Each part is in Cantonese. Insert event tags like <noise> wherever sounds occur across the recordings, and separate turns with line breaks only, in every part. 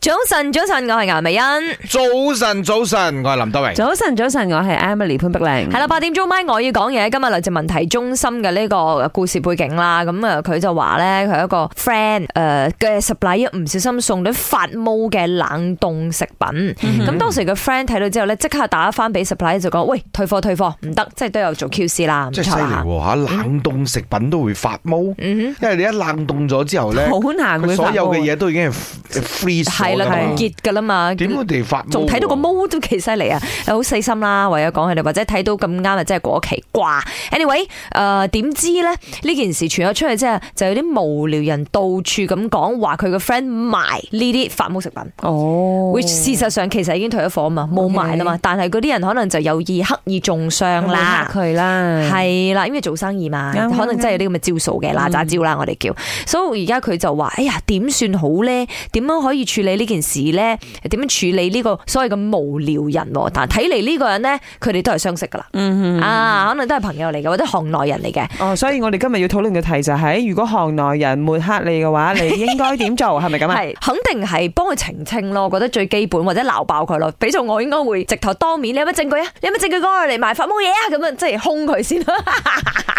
早晨，早晨，我係顏美欣。
早晨，早晨，我係林德榮。
早晨，早晨，我係 Emily 潘碧玲。
係啦，八點鐘咪我要講嘢。今日嚟自問題中心嘅呢個故事背景啦。咁啊，佢就話咧，佢有一個 friend 誒嘅 supplier 唔小心送咗發毛嘅冷凍食品。
嗯
咁當時個 friend 睇到之後咧，即刻打翻俾 supplier 就講：喂，退貨退貨，唔得，即係都有做 QC 啦，唔
真係
錯
犀
啦
利。喎嚇！冷凍食品都會發毛，因
嗯
為你一冷凍咗之後咧，
好難
佢
會
所
發
有嘅
毛
嘢都已經係 freeze
哼，啊係
咗
啦，
㗎
係
凍
嘛。
結㗎啦嘛。
點會地發毛？啊
仲睇到個。毛都幾犀利啊！好細心啦，為咗講佢哋，或者睇到咁啱啊，真係過期啩。anyway，誒、點呃知咧呢件事傳咗出去之後，就有啲無聊人到處咁講話佢個 friend 賣呢啲發毛食品、
哦
w h i c h 事實上其實已經退咗貨啊嘛，冇賣啦嘛。但係嗰啲人可能就有意刻意中傷啦。
佢啦，
係啦，因為做生意嘛，
嗯啱啱
可能真係有啲咁嘅招數嘅，嗱喳招啦，我哋叫。所以而家佢就話：哎呀，點算好咧？點樣可以處理呢件事咧？點樣處理呢個所謂嘅無聊人喎？但睇嚟呢個人咧，佢哋都係相識噶啦，
嗯哼。
啊，可能都係朋友嚟嘅，或者行內人嚟嘅。
哦，所以我哋今日要討論嘅題就係，如果行內人抹黑你嘅話，你應該點 <laughs> 做？係咪咁啊？
係肯定係幫佢澄清咯，我覺得最基本或者鬧爆佢咯。俾咗我應該會直頭當面，你有乜證據啊？你有乜證據講我嚟賣發毛嘢啊？咁啊，即係兇佢先啦。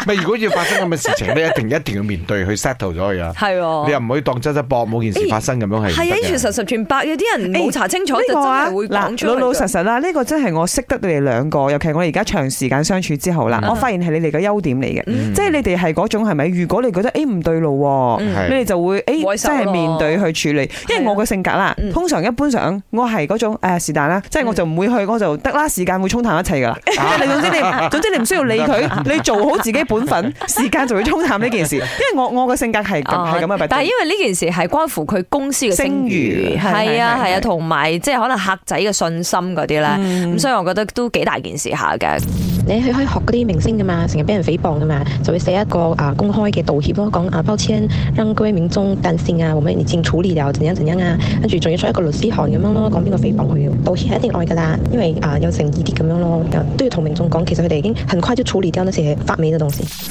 咪如果要發生咁嘅事情咧，一定一定要面對去 settle 咗佢啊！
係喎
你又唔可以當真真搏冇件事發生咁樣係。
係啊，其實十全八有啲人冇查清楚
呢
就真
個啊
係會講
嗱，
出嚟
老
㗎。
老實實啦，呢個真係我識得你哋兩個，尤其我而家長時間相處之後啦，
嗯
我發現係你哋嘅優點嚟嘅，
嗯
即係你哋係嗰種係咪？如果你覺得誒唔對路喎，
嗯
係
你哋就會
改
誒
手咯
真係面對去處理，因為我嘅性格啦
嗯，
通常一般上我係嗰種誒是但啦，即係我就唔會去，我就得啦，時間會沖淡一切㗎
<laughs>
啦。即係你總之你 <laughs> 總之你唔需要理佢，你做好自己本分，時間就會沖淡呢件事。因為我我嘅性格係咁
哦
係咁嘅，
但係因為呢件事係關乎佢公司嘅聲譽，
聲譽係
係啊
係係
係啊，
係嗯
同埋即係可能客仔嘅信心嗰啲咧，咁所以我覺得都幾大件事下嘅。
你去可以學嗰啲明星噶嘛，成日俾人誹謗噶嘛，就會寫一個啊、公開嘅道歉咯，講啊抱歉，讓各位民眾擔心啊，我們已經處理了，怎樣怎樣啊，跟住仲要出一個律師函咁樣咯，講邊個誹謗佢，道歉係一定愛噶啦，因為啊、有誠意啲咁樣咯，都要同民眾講，其實佢哋已經很快就處理掉那些發霉嘅東西。